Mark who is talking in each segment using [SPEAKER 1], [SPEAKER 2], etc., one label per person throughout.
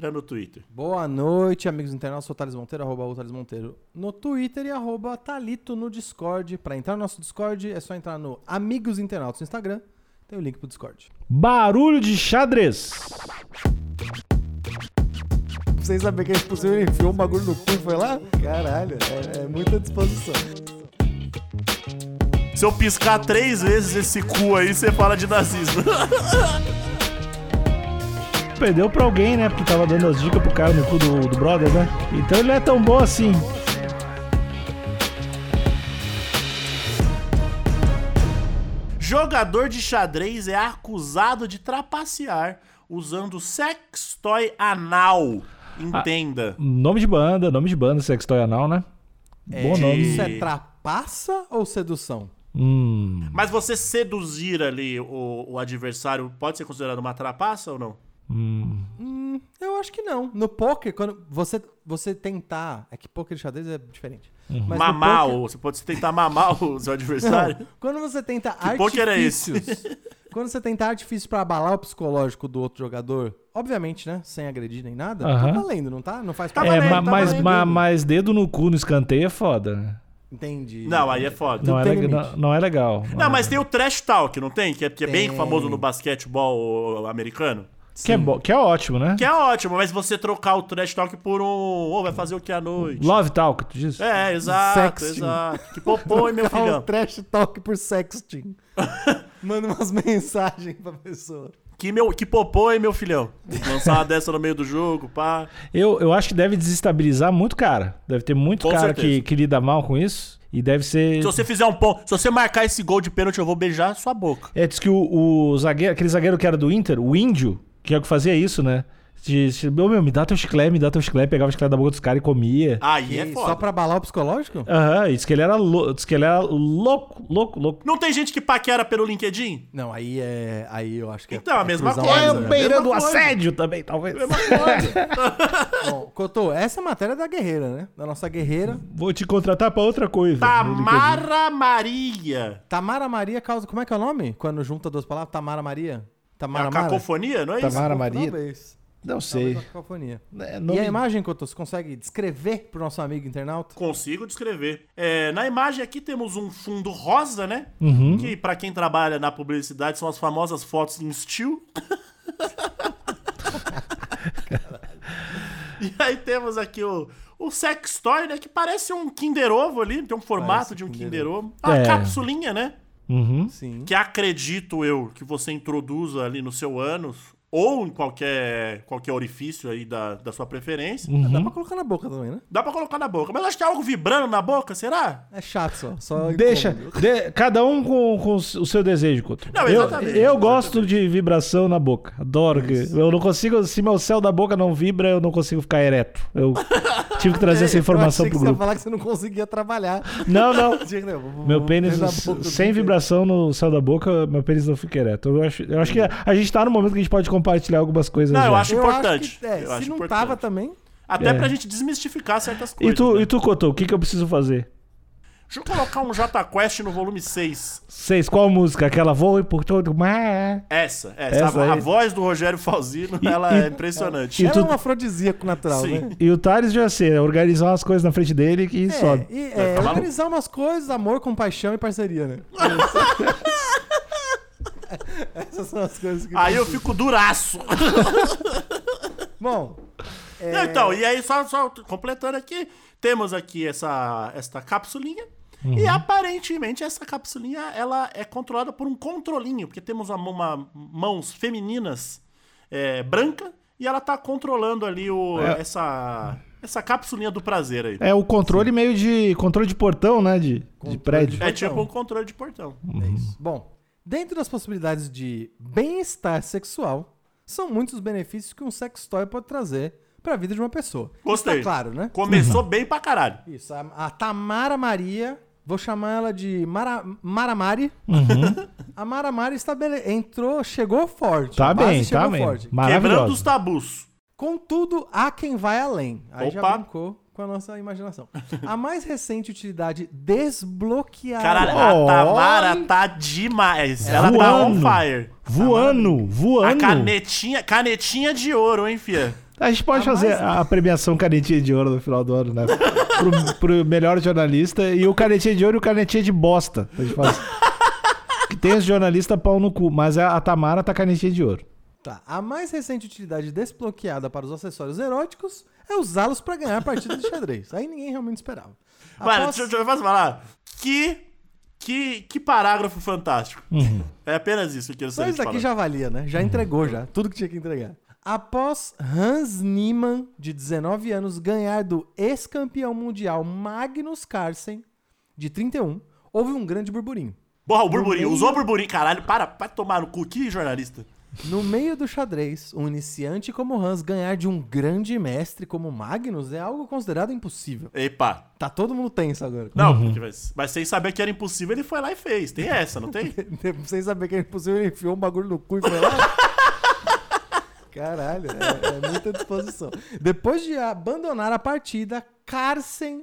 [SPEAKER 1] no Twitter.
[SPEAKER 2] Boa noite, amigos internautas. Sou o Thales Monteiro, arroba o Thales Monteiro no Twitter e arroba Thalito no Discord. Pra entrar no nosso Discord, é só entrar no Amigos Internautas no Instagram. Tem o link pro Discord.
[SPEAKER 3] Barulho de xadrez.
[SPEAKER 2] Pra vocês saberem que é impossível, ele enfiou um bagulho no cu e foi lá? Caralho, é, é muita disposição.
[SPEAKER 1] Se eu piscar três vezes esse cu aí, você fala de nazismo.
[SPEAKER 3] Perdeu pra alguém, né? Porque tava dando as dicas pro cara no cu do, do brother, né? Então ele não é tão bom assim.
[SPEAKER 1] Jogador de xadrez é acusado de trapacear usando sextoy anal. Entenda.
[SPEAKER 2] Ah,
[SPEAKER 3] Nome de banda, nome de banda, sextoy anal, né? Bom nome.
[SPEAKER 2] Isso é trapaça ou sedução?
[SPEAKER 3] Hum,
[SPEAKER 1] Mas você seduzir ali o, o adversário pode ser considerado uma trapaça ou não?
[SPEAKER 3] hum.
[SPEAKER 2] Hum, eu acho que não. No poker, quando você, você tentar. É que poker e xadrez é diferente. Mas no
[SPEAKER 1] mamar,
[SPEAKER 2] poker-
[SPEAKER 1] o- você pode tentar mamar o seu adversário.
[SPEAKER 2] Quando você tenta
[SPEAKER 1] Que poker é esse?
[SPEAKER 2] artifícios. quando você tenta artifícios pra abalar o psicológico do outro jogador, obviamente, né? Sem agredir nem nada, tá
[SPEAKER 3] Aham.
[SPEAKER 2] valendo, não tá? Não faz
[SPEAKER 1] Tá
[SPEAKER 2] parte.
[SPEAKER 3] É,
[SPEAKER 1] valendo,
[SPEAKER 3] ma-
[SPEAKER 1] tá
[SPEAKER 3] mas,
[SPEAKER 1] valendo.
[SPEAKER 3] ma- mas dedo no cu no escanteio é foda, né?
[SPEAKER 2] Entendi.
[SPEAKER 1] Não, aí é foda.
[SPEAKER 3] Não, é,
[SPEAKER 2] tem
[SPEAKER 3] lega-
[SPEAKER 2] limite.
[SPEAKER 3] não, não é legal.
[SPEAKER 1] Não, mas tem o trash talk, não tem? Que é, que é bem
[SPEAKER 2] Tem.
[SPEAKER 1] famoso no basquetebol americano.
[SPEAKER 3] Que é, bo- que é ótimo, né?
[SPEAKER 1] Que é ótimo, mas você trocar o trash talk por um. Ô, vai fazer o que à noite?
[SPEAKER 3] Love Talk, tu diz?
[SPEAKER 1] É, exato,
[SPEAKER 2] Sexting.
[SPEAKER 1] exato. Que popô, hein, meu
[SPEAKER 2] Trocar o
[SPEAKER 1] filhão?
[SPEAKER 2] um trash talk por sexting. Manda umas mensagens pra pessoa.
[SPEAKER 1] Que, meu, que popô, hein, meu filhão? Lançar uma dessa no meio do jogo, pá.
[SPEAKER 3] Eu, eu acho que deve desestabilizar muito cara. Deve ter muito
[SPEAKER 1] Com
[SPEAKER 3] cara
[SPEAKER 1] certeza.
[SPEAKER 3] que, que lida mal com isso. E deve ser.
[SPEAKER 1] Se você fizer um pão, se você marcar esse gol de pênalti, eu vou beijar sua boca.
[SPEAKER 3] É, diz que o, o zagueiro, aquele zagueiro que era do Inter, o índio, que é o que fazia isso, né? Diz, "Ô, meu, me dá teu chiclete, me dá teu chiclete, pegava o chiclete da boca dos caras e comia.
[SPEAKER 1] Aí
[SPEAKER 2] E
[SPEAKER 1] é foda.
[SPEAKER 2] só pra abalar o psicológico?
[SPEAKER 3] Aham, e diz que ele era lou- diz que ele era louco, louco, louco.
[SPEAKER 1] Não tem gente que paquera pelo LinkedIn?
[SPEAKER 2] Não, aí é. Aí eu acho que
[SPEAKER 1] Então, a
[SPEAKER 2] é
[SPEAKER 1] mesma
[SPEAKER 2] cruzar o
[SPEAKER 1] coisa.
[SPEAKER 3] É,
[SPEAKER 2] olho, né?
[SPEAKER 3] beirando o
[SPEAKER 1] Mesma coisa.
[SPEAKER 3] assédio também, talvez.
[SPEAKER 2] Bom, Cotô, essa matéria é da guerreira, né? Da nossa guerreira.
[SPEAKER 3] Vou te contratar pra outra coisa.
[SPEAKER 1] Tá Tamara Maria.
[SPEAKER 2] Tamara Maria causa. Como é que é o nome? Quando junta duas palavras? Tamara Maria?
[SPEAKER 1] É
[SPEAKER 2] Tamara
[SPEAKER 1] a
[SPEAKER 2] Mara?
[SPEAKER 1] cacofonia, não é isso?
[SPEAKER 3] Tamara Maria?
[SPEAKER 2] Talvez.
[SPEAKER 3] Não sei.
[SPEAKER 2] Talvez uma cacofonia.
[SPEAKER 3] É,
[SPEAKER 2] E
[SPEAKER 3] nome-
[SPEAKER 2] a imagem, Couto, você consegue descrever pro nosso amigo internauta?
[SPEAKER 1] Consigo descrever. É, na imagem aqui temos um fundo rosa, né? Que pra quem trabalha na publicidade são as famosas fotos em steel. e aí temos aqui o, o sextoy, né? Que parece um Kinder Ovo ali, tem um formato
[SPEAKER 2] Parece
[SPEAKER 1] de um
[SPEAKER 2] Kinder
[SPEAKER 1] Kinder Ovo. Uma
[SPEAKER 3] É.
[SPEAKER 1] capsulinha, né?
[SPEAKER 3] Uhum.
[SPEAKER 2] Sim.
[SPEAKER 1] Que acredito eu que você introduza ali no seu ânus ou em qualquer, qualquer orifício aí da, da sua preferência.
[SPEAKER 3] Uhum.
[SPEAKER 2] Dá pra colocar na boca também, né?
[SPEAKER 1] Dá pra colocar na boca. Mas eu acho que é algo vibrando na boca, será?
[SPEAKER 2] É chato só. só
[SPEAKER 3] Deixa,
[SPEAKER 2] incômodo.
[SPEAKER 3] de- cada um com, com o seu desejo, Couto.
[SPEAKER 1] Não,
[SPEAKER 3] eu,
[SPEAKER 1] exatamente,
[SPEAKER 3] eu gosto de vibração na boca. Adoro. que- eu não consigo, se meu céu da boca não vibra, eu não consigo ficar ereto. Eu tive que trazer essa informação
[SPEAKER 2] eu achei
[SPEAKER 3] pro
[SPEAKER 2] que Você ia
[SPEAKER 3] grupo.
[SPEAKER 2] falar que você não conseguia trabalhar.
[SPEAKER 3] Não, não.
[SPEAKER 2] Tinha que- não, vou-
[SPEAKER 3] Meu
[SPEAKER 2] vou
[SPEAKER 3] pênis,
[SPEAKER 2] beijar a
[SPEAKER 3] s-
[SPEAKER 2] boca um do
[SPEAKER 3] sem
[SPEAKER 2] Peter.
[SPEAKER 3] vibração no céu da boca, meu pênis não fica ereto. Eu acho, eu acho que a, a gente tá no momento que a gente pode compartilhar algumas coisas.
[SPEAKER 1] Não, eu
[SPEAKER 3] já.
[SPEAKER 1] acho
[SPEAKER 2] Eu
[SPEAKER 1] importante.
[SPEAKER 2] acho que, é,
[SPEAKER 1] Eu
[SPEAKER 2] se
[SPEAKER 1] acho
[SPEAKER 2] não
[SPEAKER 1] importante.
[SPEAKER 2] tava também,
[SPEAKER 1] Até
[SPEAKER 3] É.
[SPEAKER 1] pra gente desmistificar certas
[SPEAKER 3] E
[SPEAKER 1] coisas.
[SPEAKER 3] tu,
[SPEAKER 1] né?
[SPEAKER 3] e tu Couto, o que, que eu preciso fazer?
[SPEAKER 1] Deixa eu colocar um Jota Quest no volume 6.
[SPEAKER 3] Seis, qual música? Aquela voa e por todo o mar.
[SPEAKER 1] Essa, essa.
[SPEAKER 3] Essa
[SPEAKER 1] a, a
[SPEAKER 3] aí.
[SPEAKER 1] voz do Rogério Falzino, ela
[SPEAKER 3] e-
[SPEAKER 1] é impressionante.
[SPEAKER 3] E
[SPEAKER 2] era
[SPEAKER 3] tu-
[SPEAKER 2] um afrodisíaco natural,
[SPEAKER 1] Sim.
[SPEAKER 2] né?
[SPEAKER 3] E o Thales já sei, é organizar as coisas na frente dele que
[SPEAKER 2] É,
[SPEAKER 3] sobe.
[SPEAKER 2] e, é,
[SPEAKER 1] tá maluco?
[SPEAKER 2] organizar umas coisas, amor, compaixão e parceria, né? Essas são as coisas que.
[SPEAKER 1] Aí eu fico duraço.
[SPEAKER 2] Bom,
[SPEAKER 1] Não, Então, e aí, só, só completando aqui, temos aqui essa, esta capsulinha. E
[SPEAKER 3] Uhum.
[SPEAKER 1] aparentemente essa capsulinha ela é controlada por um controlinho, porque temos uma, uma- mãos femininas é, branca e ela tá controlando ali o,
[SPEAKER 3] É.
[SPEAKER 1] essa, essa capsulinha do prazer aí.
[SPEAKER 3] É o controle meio de. controle de portão, né? De, de prédio.
[SPEAKER 1] É, tipo
[SPEAKER 2] portão.
[SPEAKER 1] um controle de portão.
[SPEAKER 2] É isso. Bom, dentro das possibilidades de bem-estar sexual, são muitos os benefícios que um sextoy pode trazer para a vida de uma pessoa. Isso
[SPEAKER 1] Gostei.
[SPEAKER 2] Tá claro, né?
[SPEAKER 1] Começou bem pra caralho.
[SPEAKER 2] Isso, a, a Tamara Maria Vou chamar ela de Mara, Maramari.
[SPEAKER 3] Uhum.
[SPEAKER 2] A Maramari estabele... entrou, chegou forte.
[SPEAKER 3] Tá
[SPEAKER 2] A base
[SPEAKER 3] bem, tá
[SPEAKER 2] chegou
[SPEAKER 3] bem.
[SPEAKER 2] forte.
[SPEAKER 1] Quebrando os
[SPEAKER 3] Maravilhoso.
[SPEAKER 1] tabus.
[SPEAKER 2] Contudo, há quem vai além. Aí já
[SPEAKER 1] Opa.
[SPEAKER 2] brincou com a nossa imaginação. A mais recente utilidade desbloqueada.
[SPEAKER 1] Caralho,
[SPEAKER 3] Olha.
[SPEAKER 1] a Tamara tá demais. Ela tá on
[SPEAKER 3] Voando.
[SPEAKER 1] fire.
[SPEAKER 3] Voando,
[SPEAKER 1] A
[SPEAKER 3] voando.
[SPEAKER 1] canetinha, canetinha de ouro, hein, fia?
[SPEAKER 3] A gente pode
[SPEAKER 2] A
[SPEAKER 3] fazer
[SPEAKER 2] mais-
[SPEAKER 3] a premiação Canetinha de Ouro no final do ano, né? pro, pro melhor jornalista e o Canetinha de Ouro e o Canetinha de Bosta. A gente faz. que tem os jornalistas pau no cu, mas a, a Tamara tá Canetinha de Ouro.
[SPEAKER 2] Tá, a mais recente utilidade desbloqueada para os acessórios eróticos é usá-los para ganhar partidas de xadrez. Aí ninguém realmente esperava.
[SPEAKER 1] Mano,
[SPEAKER 2] Após-
[SPEAKER 1] deixa, deixa eu posso falar. Que, que, que parágrafo fantástico. É apenas isso que eu
[SPEAKER 2] Só
[SPEAKER 1] sei.
[SPEAKER 2] isso daqui já valia, né? Já entregou já, tudo que tinha que entregar. Após Hans Niemann, de 19 anos, ganhar do ex-campeão mundial Magnus Carlsen, de 31, houve um grande burburinho.
[SPEAKER 1] Borra, o burburinho.
[SPEAKER 2] meio-
[SPEAKER 1] Usou o burburinho, caralho. Para, para tomar no cu. Que jornalista.
[SPEAKER 2] No meio do xadrez, um iniciante como Hans ganhar de um grande mestre como Magnus é algo considerado impossível.
[SPEAKER 1] Epa.
[SPEAKER 2] Tá todo mundo tenso agora.
[SPEAKER 1] Não, porque mas, mas sem saber que era impossível, ele foi lá e fez. Tem essa, não tem?
[SPEAKER 2] Sem saber que é impossível, ele enfiou um bagulho no cu e foi lá. Caralho, é, é muita disposição. Depois de abandonar a partida, Carson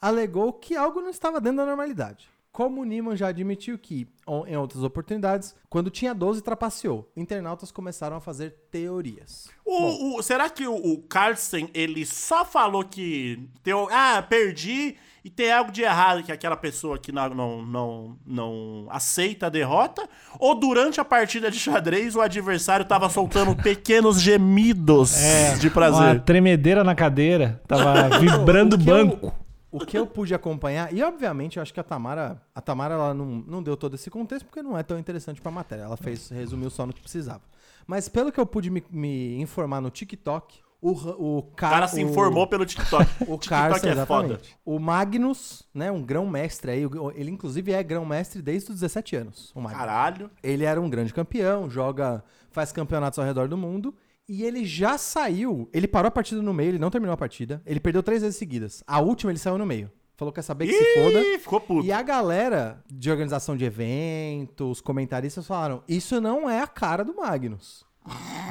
[SPEAKER 2] alegou que algo não estava dentro da normalidade. Como Neiman já admitiu que, o- em outras oportunidades, quando tinha 12, trapaceou. Internautas começaram a fazer teorias.
[SPEAKER 1] O, o- será que o, o Carlsen, ele só falou que teu, ah, perdi e tem algo de errado que aquela pessoa que não, não, não, não aceita a derrota? Ou durante a partida de xadrez o adversário tava soltando pequenos gemidos
[SPEAKER 2] É,
[SPEAKER 1] de
[SPEAKER 3] É, Uma
[SPEAKER 1] prazer?
[SPEAKER 3] tremedeira na cadeira, tava vibrando o
[SPEAKER 2] que
[SPEAKER 3] banco.
[SPEAKER 2] Eu, o que eu pude acompanhar, e obviamente eu acho que a Tamara, a Tamara ela não, não deu todo esse contexto porque não é tão interessante pra matéria. Ela fez, resumiu só no que precisava. Mas pelo que eu pude me, me informar no TikTok, o, Ra- o,
[SPEAKER 1] O
[SPEAKER 2] Car-
[SPEAKER 1] cara se informou pelo TikTok.
[SPEAKER 2] O
[SPEAKER 1] TikTok
[SPEAKER 2] Carson,
[SPEAKER 1] é foda.
[SPEAKER 2] exatamente. O Magnus, né, um grão-mestre aí, o- ele inclusive é grão-mestre desde os 17 anos, o Magnus.
[SPEAKER 1] Caralho.
[SPEAKER 2] Ele era um grande campeão, joga, faz campeonatos ao redor do mundo. E ele já saiu. Ele parou a partida no meio, ele não terminou a partida. Ele perdeu três vezes seguidas. A última ele saiu no meio. Falou que quer saber que se foda.
[SPEAKER 1] Ih, ficou puto.
[SPEAKER 2] E a galera de organização de eventos, comentaristas falaram: Isso não é a cara do Magnus.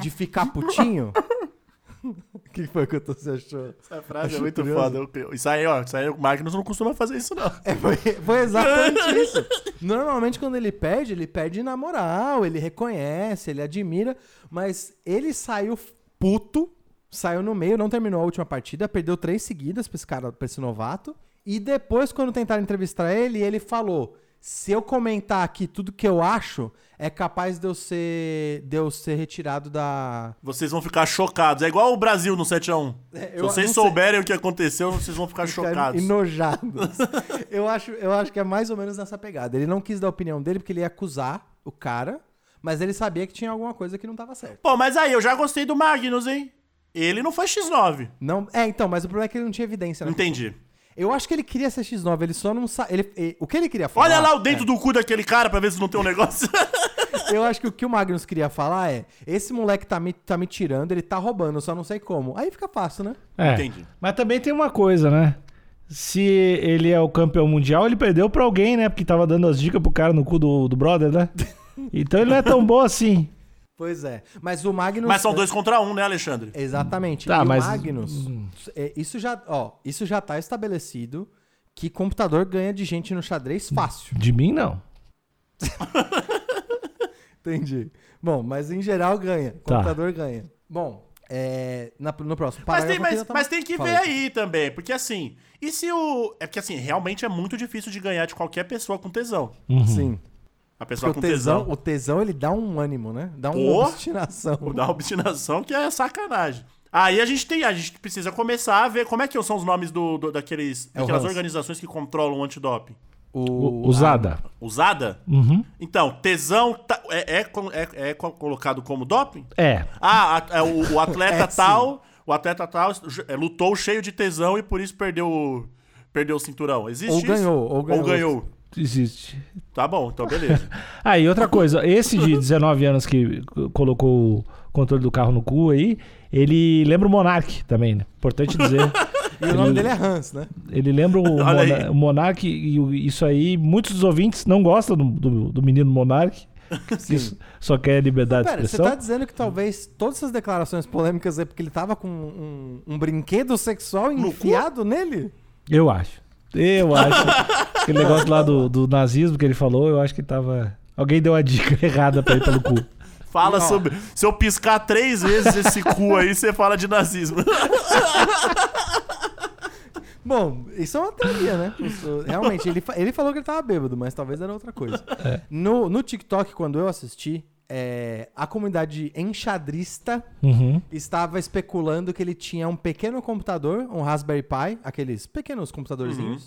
[SPEAKER 2] De ficar putinho. O que foi que você achou?
[SPEAKER 1] Essa frase
[SPEAKER 2] Achei
[SPEAKER 1] é muito
[SPEAKER 2] curioso.
[SPEAKER 1] foda. Eu- Isso aí, ó. Isso aí, o Magnus não costuma fazer isso, não.
[SPEAKER 2] É, foi, foi exatamente isso. Normalmente, quando ele perde, ele perde na moral, ele reconhece, ele admira, mas ele saiu puto, saiu no meio, não terminou a última partida, perdeu três seguidas pra esse cara, pra esse novato. E depois, quando tentaram entrevistar ele, ele falou: se eu comentar aqui tudo que eu acho, é capaz de eu ser, de eu ser retirado da,
[SPEAKER 1] Vocês vão ficar chocados. É igual o Brasil no 7x1.
[SPEAKER 2] É,
[SPEAKER 1] Se
[SPEAKER 2] eu
[SPEAKER 1] vocês
[SPEAKER 2] não sei.
[SPEAKER 1] souberem o que aconteceu, vocês vão ficar
[SPEAKER 2] ficar
[SPEAKER 1] chocados.
[SPEAKER 2] enojados. eu, acho, eu acho que é mais ou menos nessa pegada. Ele não quis dar a opinião dele porque ele ia acusar o cara, mas ele sabia que tinha alguma coisa que não tava certo.
[SPEAKER 1] Pô, mas aí, eu já gostei do Magnus, hein? Ele não foi X9.
[SPEAKER 2] Não, é, então, mas o problema é que ele não tinha evidência, né?
[SPEAKER 1] Entendi.
[SPEAKER 2] Eu acho que ele queria ser X9, ele só não sabe. Ele, eh, o que ele queria falar.
[SPEAKER 1] Olha lá o dentro do cu daquele cara pra ver se não tem um negócio.
[SPEAKER 2] Eu acho que o que o Magnus queria falar é: esse moleque tá me, tá me tirando, ele tá roubando, eu só não sei como. Aí fica fácil, né?
[SPEAKER 3] É.
[SPEAKER 1] Entendi.
[SPEAKER 3] Mas também tem uma coisa, né? Se ele é o campeão mundial, ele perdeu pra alguém, né? Porque tava dando as dicas pro cara no cu do, do brother, né? Então ele não é tão bom assim.
[SPEAKER 2] Pois é. Mas o Magnus.
[SPEAKER 1] mas são dois contra um, né, Alexandre?
[SPEAKER 2] É, Exatamente.
[SPEAKER 3] Tá,
[SPEAKER 2] e
[SPEAKER 3] mas-
[SPEAKER 2] o Magnus, é, isso já, ó, isso já tá estabelecido que computador ganha de gente no xadrez fácil.
[SPEAKER 3] De mim, não.
[SPEAKER 2] Entendi. Tá. Bom, mas em geral ganha. Computador ganha. Bom, é, na- no próximo
[SPEAKER 1] Mas tem,
[SPEAKER 2] parágrafo
[SPEAKER 1] mas-
[SPEAKER 2] aqui já tá-
[SPEAKER 1] mas tem que
[SPEAKER 2] Fala
[SPEAKER 1] ver aí também, porque assim, e se o. É porque assim, realmente é muito difícil de ganhar de qualquer pessoa com tesão.
[SPEAKER 2] Sim.
[SPEAKER 1] A pessoa
[SPEAKER 2] Porque o
[SPEAKER 1] Tá com tesão,
[SPEAKER 2] tesão, o tesão, ele dá um ânimo, né? Dá uma
[SPEAKER 1] Pô.
[SPEAKER 2] obstinação.
[SPEAKER 1] Ou da obstinação, que é sacanagem. Aí a gente tem, a gente precisa começar a ver como é que são os nomes do, do- daqueles,
[SPEAKER 2] É o
[SPEAKER 1] daquelas
[SPEAKER 2] Hans.
[SPEAKER 1] organizações que controlam o antidoping.
[SPEAKER 2] O,
[SPEAKER 3] Usada. Uhum.
[SPEAKER 1] Usada? Então, tesão ta- é, é co- é- é co- colocado como doping?
[SPEAKER 3] É.
[SPEAKER 1] Ah, a- é, o, o atleta
[SPEAKER 2] É, sim.
[SPEAKER 1] tal. O atleta tal j- é, lutou cheio de tesão e por isso perdeu o, perdeu o cinturão. Existe
[SPEAKER 2] Ou
[SPEAKER 1] isso?
[SPEAKER 2] ganhou, ou ganhou.
[SPEAKER 1] Ou ganhou.
[SPEAKER 3] Existe.
[SPEAKER 1] Tá bom, então beleza.
[SPEAKER 3] Ah, e outra coisa, esse de 19 anos que c- colocou o controle do carro no cu aí, ele lembra o Monark também, né? Importante dizer.
[SPEAKER 2] E o nome dele é Hans, né?
[SPEAKER 3] Ele lembra o,
[SPEAKER 1] Olha aí.
[SPEAKER 3] Mona- o Monark e o- isso aí. Muitos dos ouvintes não gostam do, do, do menino Monark. que s- só quer liberdade de
[SPEAKER 2] Pera, você
[SPEAKER 3] expressão.
[SPEAKER 2] tá dizendo que talvez todas essas declarações polêmicas é porque ele tava com um, um brinquedo sexual enfiado nele?
[SPEAKER 3] Eu acho. Eu acho. Aquele negócio lá do, do nazismo que ele falou, eu acho que tava. Alguém deu a dica errada pra ele pelo cu.
[SPEAKER 1] Fala sobre. Se eu piscar três vezes esse cu aí, você fala de nazismo.
[SPEAKER 2] Bom, isso é uma teoria, né? Isso- Realmente, ele, fa- ele falou que ele tava bêbado, mas talvez era outra coisa. No, no TikTok, quando eu assisti, é, a comunidade enxadrista
[SPEAKER 3] Uhum.
[SPEAKER 2] estava especulando que ele tinha um pequeno computador, um Raspberry Pi, aqueles pequenos computadorzinhos,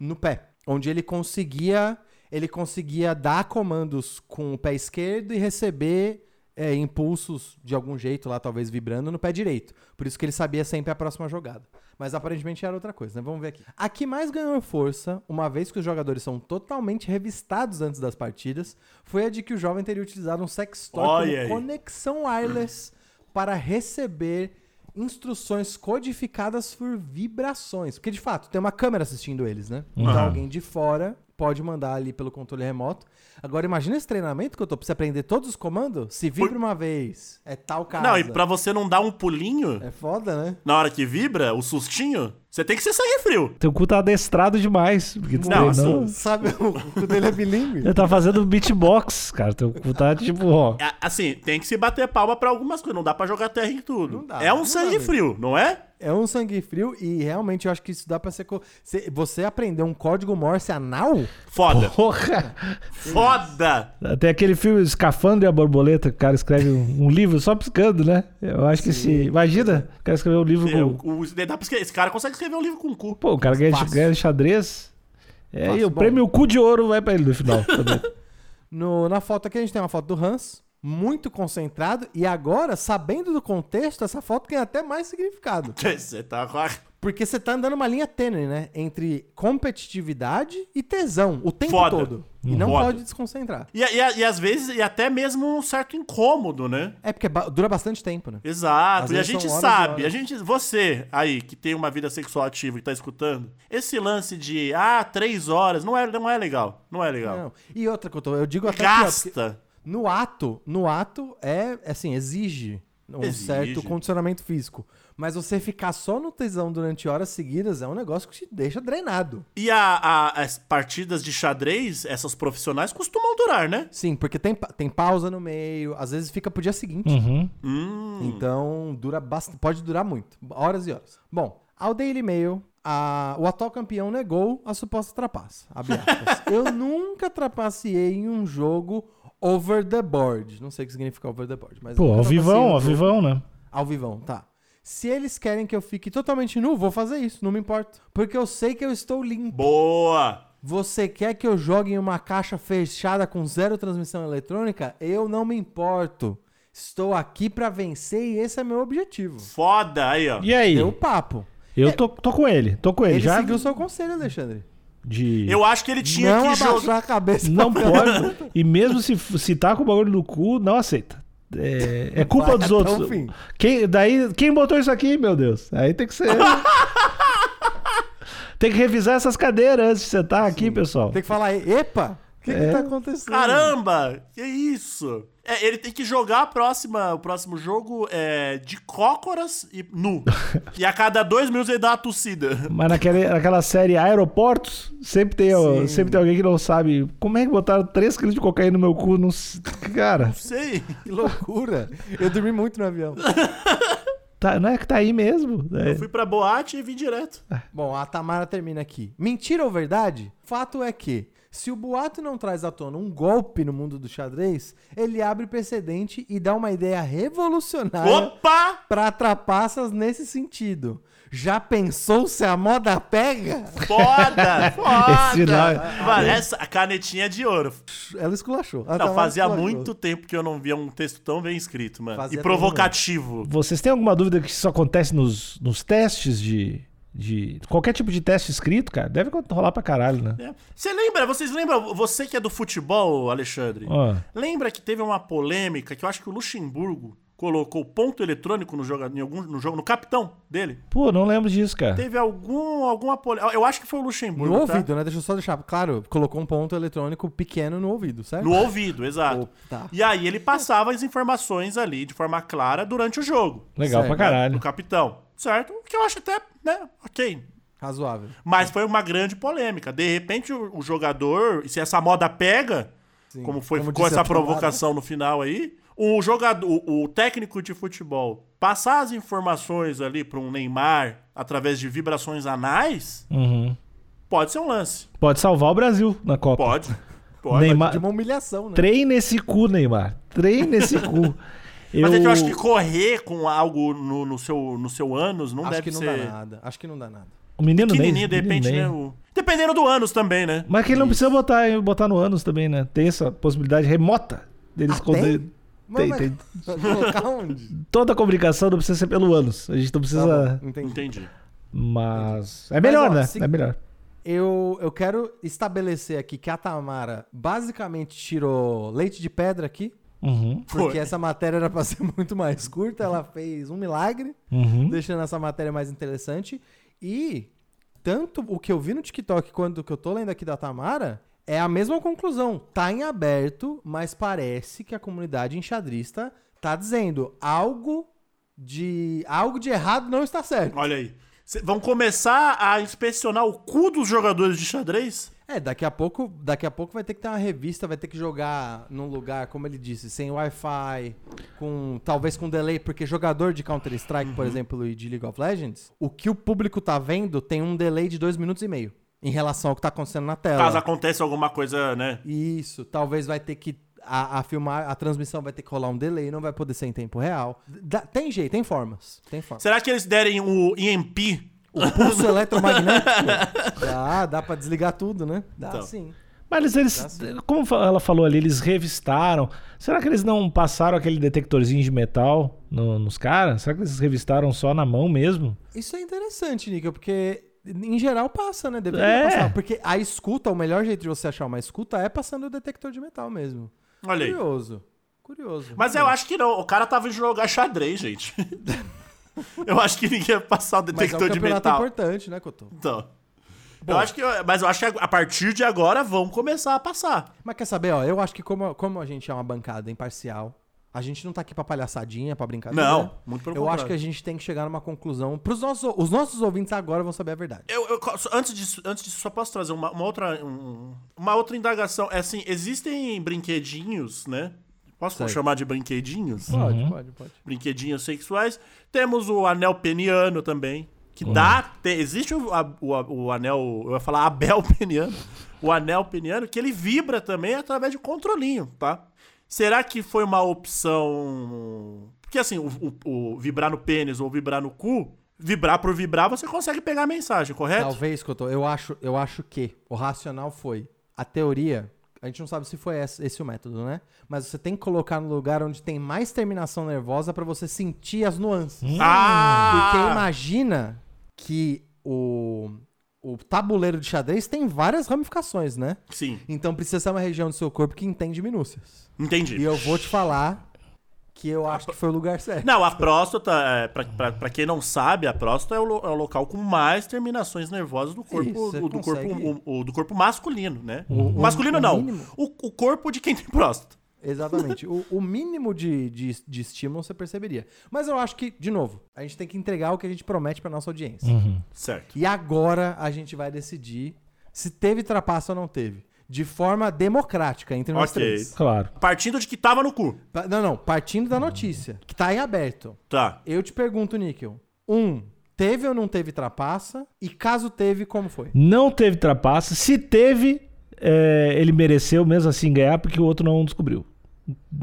[SPEAKER 1] Uhum.
[SPEAKER 2] no pé, onde ele conseguia ele conseguia dar comandos com o pé esquerdo e receber é, impulsos de algum jeito lá, talvez vibrando, no pé direito. Por isso que ele sabia sempre a próxima jogada. Mas aparentemente era outra coisa, né? Vamos ver aqui. A que mais ganhou força, uma vez que os jogadores são totalmente revistados antes das partidas, foi a de que o jovem teria utilizado um sextoy
[SPEAKER 1] Olha
[SPEAKER 2] como
[SPEAKER 1] aí.
[SPEAKER 2] conexão wireless para receber instruções codificadas por vibrações. Porque, de fato, tem uma câmera assistindo eles, né? Então, alguém de fora pode mandar ali pelo controle remoto. Agora, imagina esse treinamento que eu tô. Precisa aprender todos os comandos? Se vibra uma vez, é tal casa.
[SPEAKER 1] Não, e pra você não dar um pulinho
[SPEAKER 2] É foda, né?
[SPEAKER 1] na hora que vibra, o sustinho, você tem que ser sangue frio.
[SPEAKER 3] Teu cu tá adestrado demais. Porque tu
[SPEAKER 1] Não,
[SPEAKER 3] treinou.
[SPEAKER 1] assim-
[SPEAKER 2] Sabe, o cu dele é bilíngue.
[SPEAKER 3] Ele tá fazendo beatbox, cara. Teu cu tá tipo, ó.
[SPEAKER 1] É, Assim, tem que se bater palma pra algumas coisas. Não dá pra jogar terra em tudo.
[SPEAKER 2] Não dá,
[SPEAKER 1] é um
[SPEAKER 2] não dá
[SPEAKER 1] sangue
[SPEAKER 2] mesmo.
[SPEAKER 1] frio, não é?
[SPEAKER 2] É um sangue frio e realmente eu acho que isso dá pra ser. co- Se- Você aprender um código Morse anal?
[SPEAKER 1] Foda.
[SPEAKER 3] Porra!
[SPEAKER 1] Foda!
[SPEAKER 3] Tem aquele filme Escafando e a Borboleta, que o cara escreve um, um livro só piscando, né? Eu acho que se. Imagina, o cara escreveu um livro
[SPEAKER 1] É,
[SPEAKER 3] com.
[SPEAKER 1] o-
[SPEAKER 2] Uhum.
[SPEAKER 1] o- dá pra escrever- esse cara consegue escrever um livro com o cu.
[SPEAKER 3] Pô, o cara ganha,
[SPEAKER 2] Fácil.
[SPEAKER 3] ganha xadrez. É, e
[SPEAKER 2] Fácil,
[SPEAKER 3] o
[SPEAKER 2] bom.
[SPEAKER 3] prêmio cu de ouro vai pra ele no final. também.
[SPEAKER 2] No- na foto aqui a gente tem uma foto do Hans, muito concentrado, e agora, sabendo do contexto, essa foto tem até mais significado.
[SPEAKER 1] Você tá com a...
[SPEAKER 2] Porque você tá andando uma linha tênue, né? Entre competitividade e tesão, o tempo
[SPEAKER 1] Foda. Hum,
[SPEAKER 2] todo. E não
[SPEAKER 1] Foda.
[SPEAKER 2] pode desconcentrar.
[SPEAKER 1] e, e, e às vezes, e até mesmo um certo incômodo, né?
[SPEAKER 2] É porque ba- dura bastante tempo, né? Às
[SPEAKER 1] Exato. E a
[SPEAKER 2] vezes
[SPEAKER 1] gente
[SPEAKER 2] são horas e
[SPEAKER 1] sabe,
[SPEAKER 2] horas.
[SPEAKER 1] a gente, você aí que tem uma vida sexual ativa e tá escutando, esse lance de ah, três horas não é, não é legal, não é legal.
[SPEAKER 2] Não. E outra que eu, tô, eu digo até pior, porque
[SPEAKER 1] Gasta.
[SPEAKER 2] no ato, no ato é assim, exige um
[SPEAKER 1] Exige.
[SPEAKER 2] certo condicionamento físico. Mas você ficar só no tesão durante horas seguidas é um negócio que te deixa drenado.
[SPEAKER 1] E a- a- as partidas de xadrez, essas profissionais costumam durar, né?
[SPEAKER 2] Sim, porque tem, pa- tem pausa no meio, às vezes fica pro dia seguinte.
[SPEAKER 3] Uhum.
[SPEAKER 1] Hum,
[SPEAKER 2] Então, dura bastante, pode durar muito, horas e horas. Bom, ao Daily Mail, a- o atual campeão negou a suposta trapaça. Abre aspas. Eu nunca trapaceei em um jogo over the board. Não sei o que significa over the board, mas
[SPEAKER 3] Pô,
[SPEAKER 2] nunca
[SPEAKER 3] ao
[SPEAKER 2] trapaceei
[SPEAKER 3] vivão,
[SPEAKER 2] no
[SPEAKER 3] ao
[SPEAKER 2] jogo-
[SPEAKER 3] vivão, né?
[SPEAKER 2] Ao vivão, tá. Se eles querem que eu fique totalmente nu, vou fazer isso, não me importo. Porque eu sei que eu estou limpo.
[SPEAKER 1] Boa.
[SPEAKER 2] Você quer que eu jogue em uma caixa fechada com zero transmissão eletrônica? Eu não me importo. Estou aqui pra vencer e esse é meu objetivo.
[SPEAKER 1] Foda aí, ó.
[SPEAKER 3] E aí?
[SPEAKER 2] Deu
[SPEAKER 3] Eu,
[SPEAKER 2] papo.
[SPEAKER 3] tô, tô com ele, tô com ele.
[SPEAKER 2] Ele
[SPEAKER 3] já
[SPEAKER 2] seguiu seu conselho, Alexandre.
[SPEAKER 3] de.
[SPEAKER 1] Eu acho que ele tinha
[SPEAKER 2] não
[SPEAKER 1] que
[SPEAKER 2] abaixar
[SPEAKER 1] jogar.
[SPEAKER 2] a cabeça.
[SPEAKER 3] Não pode. E mesmo se, se tá com o bagulho no cu, não aceita. É, é culpa
[SPEAKER 2] Vai
[SPEAKER 3] dos
[SPEAKER 2] até
[SPEAKER 3] outros.
[SPEAKER 2] o fim.
[SPEAKER 3] Quem, daí, quem botou isso aqui, meu Deus? Aí tem que ser. tem que revisar essas cadeiras antes de sentar aqui, pessoal.
[SPEAKER 2] Tem que falar, epa, o que,
[SPEAKER 3] É.
[SPEAKER 2] que tá acontecendo?
[SPEAKER 1] Caramba, que isso? É, ele tem que jogar a próxima, o próximo jogo é, de cócoras e nu. e a cada dois minutos ele dá uma tossida.
[SPEAKER 3] Mas naquela, naquela série Aeroportos, sempre tem,
[SPEAKER 2] Sim.
[SPEAKER 3] sempre tem alguém que não sabe como é que botaram 3 quilos de cocaína no meu cu. Não, s- cara,
[SPEAKER 1] Sei.
[SPEAKER 2] Que loucura. Eu dormi muito no avião.
[SPEAKER 3] tá- não é que tá aí mesmo. né?
[SPEAKER 1] Fui pra boate e vim direto.
[SPEAKER 2] Bom, a Tamara termina aqui. Mentira ou verdade? Fato é que, se o boato não traz à tona um golpe no mundo do xadrez, ele abre precedente e dá uma ideia revolucionária
[SPEAKER 1] Opa!
[SPEAKER 2] para trapaças nesse sentido. Já pensou se a moda pega?
[SPEAKER 1] Foda!
[SPEAKER 3] Esse
[SPEAKER 1] Foda!
[SPEAKER 3] lá-
[SPEAKER 1] Mano, essa a canetinha é de ouro.
[SPEAKER 2] Ela esculachou. A
[SPEAKER 1] Não,
[SPEAKER 2] Tamara
[SPEAKER 1] fazia
[SPEAKER 2] esculachou.
[SPEAKER 1] muito tempo que eu não via um texto tão bem escrito, mano.
[SPEAKER 2] Fazia
[SPEAKER 1] e provocativo.
[SPEAKER 3] Vocês têm alguma dúvida que isso acontece nos, nos testes de, de. Qualquer tipo de teste escrito, cara? Deve rolar pra caralho, né?
[SPEAKER 1] É. Você lembra, vocês lembram, você que é do futebol, Alexandre?
[SPEAKER 3] Ó.
[SPEAKER 1] Lembra que teve uma polêmica que eu acho que o Luxemburgo colocou ponto eletrônico no jogo, em algum, no jogo, no capitão dele.
[SPEAKER 3] Pô, não lembro disso, cara.
[SPEAKER 1] Teve algum, alguma pole- Eu acho que foi o
[SPEAKER 2] No
[SPEAKER 1] Luxemburgo, tá?
[SPEAKER 2] ouvido, né? Deixa eu só deixar claro. Colocou um ponto eletrônico pequeno no ouvido, certo?
[SPEAKER 1] No ouvido, exato.
[SPEAKER 2] Oh, tá.
[SPEAKER 1] E aí ele passava as informações ali de forma clara durante o jogo.
[SPEAKER 3] Legal
[SPEAKER 2] Sério,
[SPEAKER 3] pra caralho.
[SPEAKER 1] Do capitão, certo? O que eu acho até, né, ok.
[SPEAKER 2] Razoável.
[SPEAKER 1] Mas foi uma grande polêmica. De repente, o, o jogador, e se essa moda pega, como foi
[SPEAKER 2] Como
[SPEAKER 1] ficou
[SPEAKER 2] disse
[SPEAKER 1] essa
[SPEAKER 2] a tua
[SPEAKER 1] provocação no final aí, o jogador, o, o técnico de futebol passar as informações ali para um Neymar através de vibrações anais,
[SPEAKER 3] Uhum.
[SPEAKER 1] pode ser um lance.
[SPEAKER 3] Pode salvar o Brasil na Copa.
[SPEAKER 1] Pode. Pode.
[SPEAKER 3] Neymar,
[SPEAKER 2] De uma humilhação, né?
[SPEAKER 3] treine esse cu, Neymar. Treine esse cu. Eu...
[SPEAKER 1] Mas é que eu acho que correr com algo no, no seu, no seu ânus não
[SPEAKER 2] Acho
[SPEAKER 1] deve
[SPEAKER 2] que não
[SPEAKER 1] ser.
[SPEAKER 2] dá nada. Acho que não dá nada.
[SPEAKER 3] O menino nem.
[SPEAKER 1] Pequenininho, de repente, né? o- Dependendo do ânus também, né?
[SPEAKER 3] Mas que ele não precisa botar, botar no ânus também, né? Tem essa possibilidade remota deles
[SPEAKER 2] Ah,
[SPEAKER 3] esconder.
[SPEAKER 2] tem?
[SPEAKER 3] Tem,
[SPEAKER 2] Mas-
[SPEAKER 3] tem.
[SPEAKER 2] Vai Colocar onde?
[SPEAKER 3] Toda a comunicação não precisa ser pelo ânus. A gente não precisa.
[SPEAKER 2] Tá bom, entendi.
[SPEAKER 1] Entendi.
[SPEAKER 3] mas. É melhor,
[SPEAKER 2] ó,
[SPEAKER 3] né?
[SPEAKER 2] se-
[SPEAKER 3] É melhor.
[SPEAKER 2] Eu, eu quero estabelecer aqui que a Tamara basicamente tirou leite de pedra aqui,
[SPEAKER 3] Uhum.
[SPEAKER 2] porque
[SPEAKER 1] Foi.
[SPEAKER 2] essa matéria era pra ser muito mais curta. Ela fez um milagre,
[SPEAKER 3] Uhum.
[SPEAKER 2] deixando essa matéria mais interessante. E tanto o que eu vi no TikTok quanto o que eu tô lendo aqui da Tamara é a mesma conclusão. Tá em aberto, mas parece que a comunidade enxadrista tá dizendo algo de algo de errado não está certo.
[SPEAKER 1] Olha aí. Cê- vão começar a inspecionar o cu dos jogadores de xadrez?
[SPEAKER 2] É, daqui a pouco, daqui a pouco vai ter que ter uma revista, vai ter que jogar num lugar, como ele disse, sem Wi-Fi, com talvez com delay, porque jogador de Counter Strike, por exemplo, e de League of Legends, o que o público tá vendo tem um delay de dois minutos e meio em relação ao que tá acontecendo na tela.
[SPEAKER 1] Caso aconteça alguma coisa, né?
[SPEAKER 2] Isso, talvez vai ter que a, a filmar, a transmissão vai ter que rolar um delay, não vai poder ser em tempo real. Dá- tem jeito, tem formas, tem formas.
[SPEAKER 1] Será que eles derem o EMP?
[SPEAKER 2] O pulso eletromagnético, dá, dá pra desligar tudo, né? Dá
[SPEAKER 1] Então.
[SPEAKER 2] sim.
[SPEAKER 3] Mas eles, como fa- ela falou ali, eles revistaram. Será que eles não passaram aquele detectorzinho de metal no- nos caras? Será que eles revistaram só na mão mesmo?
[SPEAKER 2] Isso é interessante, Nico, porque em geral passa, né? Deveria
[SPEAKER 3] É.
[SPEAKER 2] passar. Porque a escuta, o melhor jeito de você achar uma escuta é passando o detector de metal mesmo.
[SPEAKER 1] Olha aí.
[SPEAKER 2] Curioso. Curioso.
[SPEAKER 1] Mas é eu acho que não. O cara tava indo jogar xadrez, gente. eu acho que ninguém ia passar o
[SPEAKER 2] Mas é um
[SPEAKER 1] detector de
[SPEAKER 2] campeonato
[SPEAKER 1] metal.
[SPEAKER 2] importante, né, Cotô?
[SPEAKER 1] Então. Eu acho que, mas eu acho que a partir de agora vão começar a passar.
[SPEAKER 2] Mas quer saber, ó, eu acho que como, como a gente é uma bancada imparcial, a gente não tá aqui pra palhaçadinha, pra brincadeira.
[SPEAKER 1] Não, muito pelo
[SPEAKER 2] Eu acho
[SPEAKER 1] contrário.
[SPEAKER 2] que a gente tem que chegar numa conclusão. Pros nossos, os nossos ouvintes agora vão saber a verdade.
[SPEAKER 1] Eu, eu- só- antes, disso, antes disso, só posso trazer uma, uma outra, um- uma outra indagação. É assim, existem brinquedinhos, né? Posso
[SPEAKER 2] Certo.
[SPEAKER 1] chamar de brinquedinhos?
[SPEAKER 2] Pode, pode, pode.
[SPEAKER 1] Brinquedinhos sexuais. Temos o anel peniano também, que dá... te- existe o, a- o, a- o anel... Eu ia falar abel peniano. O anel peniano, que ele vibra também através de um controlinho, tá? Será que foi uma opção... Porque assim, o, o- o vibrar no pênis ou vibrar no cu... Vibrar por vibrar, você consegue pegar a mensagem, correto?
[SPEAKER 2] Talvez, Cotô, eu acho, eu acho que o racional foi. A teoria, a gente não sabe se foi esse, esse o método, né? Mas você tem que colocar no lugar onde tem mais terminação nervosa pra você sentir as nuances. Porque
[SPEAKER 1] Hum. Ah!
[SPEAKER 2] imagina que o, o tabuleiro de xadrez tem várias ramificações, né?
[SPEAKER 1] Sim,
[SPEAKER 2] Então precisa ser uma região do seu corpo que entende minúcias.
[SPEAKER 1] entendi.
[SPEAKER 2] E eu vou te falar que eu acho que foi o lugar certo.
[SPEAKER 1] Não, a próstata, é, pra, pra, pra quem não sabe, a próstata é o, lo- é o local com mais terminações nervosas do corpo,
[SPEAKER 2] Isso, você
[SPEAKER 1] o- do, corpo
[SPEAKER 2] consegue-
[SPEAKER 1] o- o- do corpo masculino, né? O masculino
[SPEAKER 2] o
[SPEAKER 1] não,
[SPEAKER 2] mínimo.
[SPEAKER 1] o, o corpo de quem tem próstata.
[SPEAKER 2] Exatamente. o, o mínimo de, de, de estímulo você perceberia. Mas eu acho que, de novo, a gente tem que entregar o que a gente promete pra nossa audiência.
[SPEAKER 1] Certo.
[SPEAKER 2] E agora a gente vai decidir se teve trapaça ou não teve. De forma democrática entre nós
[SPEAKER 1] Ok.
[SPEAKER 2] três.
[SPEAKER 3] Claro.
[SPEAKER 1] Partindo de que tava no cu.
[SPEAKER 2] Pa- Não, não. Partindo da notícia, que tá em aberto.
[SPEAKER 1] Tá.
[SPEAKER 2] Eu te pergunto, Níquel. Um, teve ou não teve trapaça? E caso teve, como foi?
[SPEAKER 3] Não teve trapaça. Se teve, é, ele mereceu mesmo assim ganhar, porque o outro não descobriu.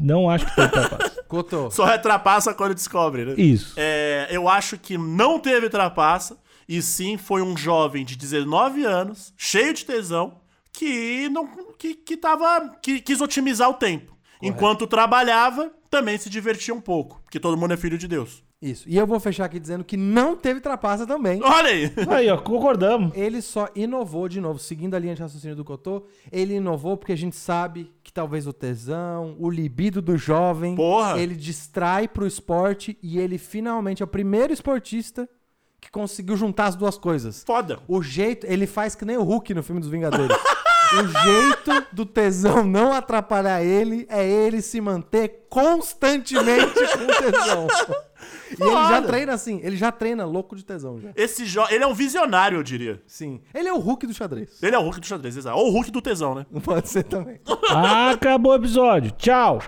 [SPEAKER 3] Não acho que teve trapaça.
[SPEAKER 2] Cotô.
[SPEAKER 1] Só retrapaça quando descobre, né?
[SPEAKER 3] Isso.
[SPEAKER 1] É, eu acho que não teve trapaça, e sim foi um jovem de 19 anos, cheio de tesão, que não que, que tava que quis otimizar o tempo. Enquanto trabalhava, também se divertia um pouco, porque todo mundo é filho de Deus.
[SPEAKER 2] Isso. E eu vou fechar aqui dizendo que não teve trapaça também.
[SPEAKER 1] Olha aí!
[SPEAKER 3] Aí, ó, concordamos.
[SPEAKER 2] Ele só inovou de novo, seguindo a linha de raciocínio do Cotô, ele inovou porque a gente sabe que talvez o tesão, o libido do jovem,
[SPEAKER 1] Porra!
[SPEAKER 2] ele distrai pro esporte e ele finalmente é o primeiro esportista que conseguiu juntar as duas coisas.
[SPEAKER 1] Foda!
[SPEAKER 2] O jeito, ele faz que nem o Hulk no filme dos Vingadores. o jeito do tesão não atrapalhar ele é ele se manter constantemente com tesão. E ele já
[SPEAKER 1] Foda.
[SPEAKER 2] treina assim, ele já treina louco de tesão já.
[SPEAKER 1] Esse jo... Ele é um visionário, eu diria.
[SPEAKER 2] Sim. Ele é o Hulk do xadrez.
[SPEAKER 1] Ele é o Hulk do xadrez, exato. Ou o Hulk do tesão, né?
[SPEAKER 2] Pode ser também.
[SPEAKER 3] Acabou o episódio. Tchau.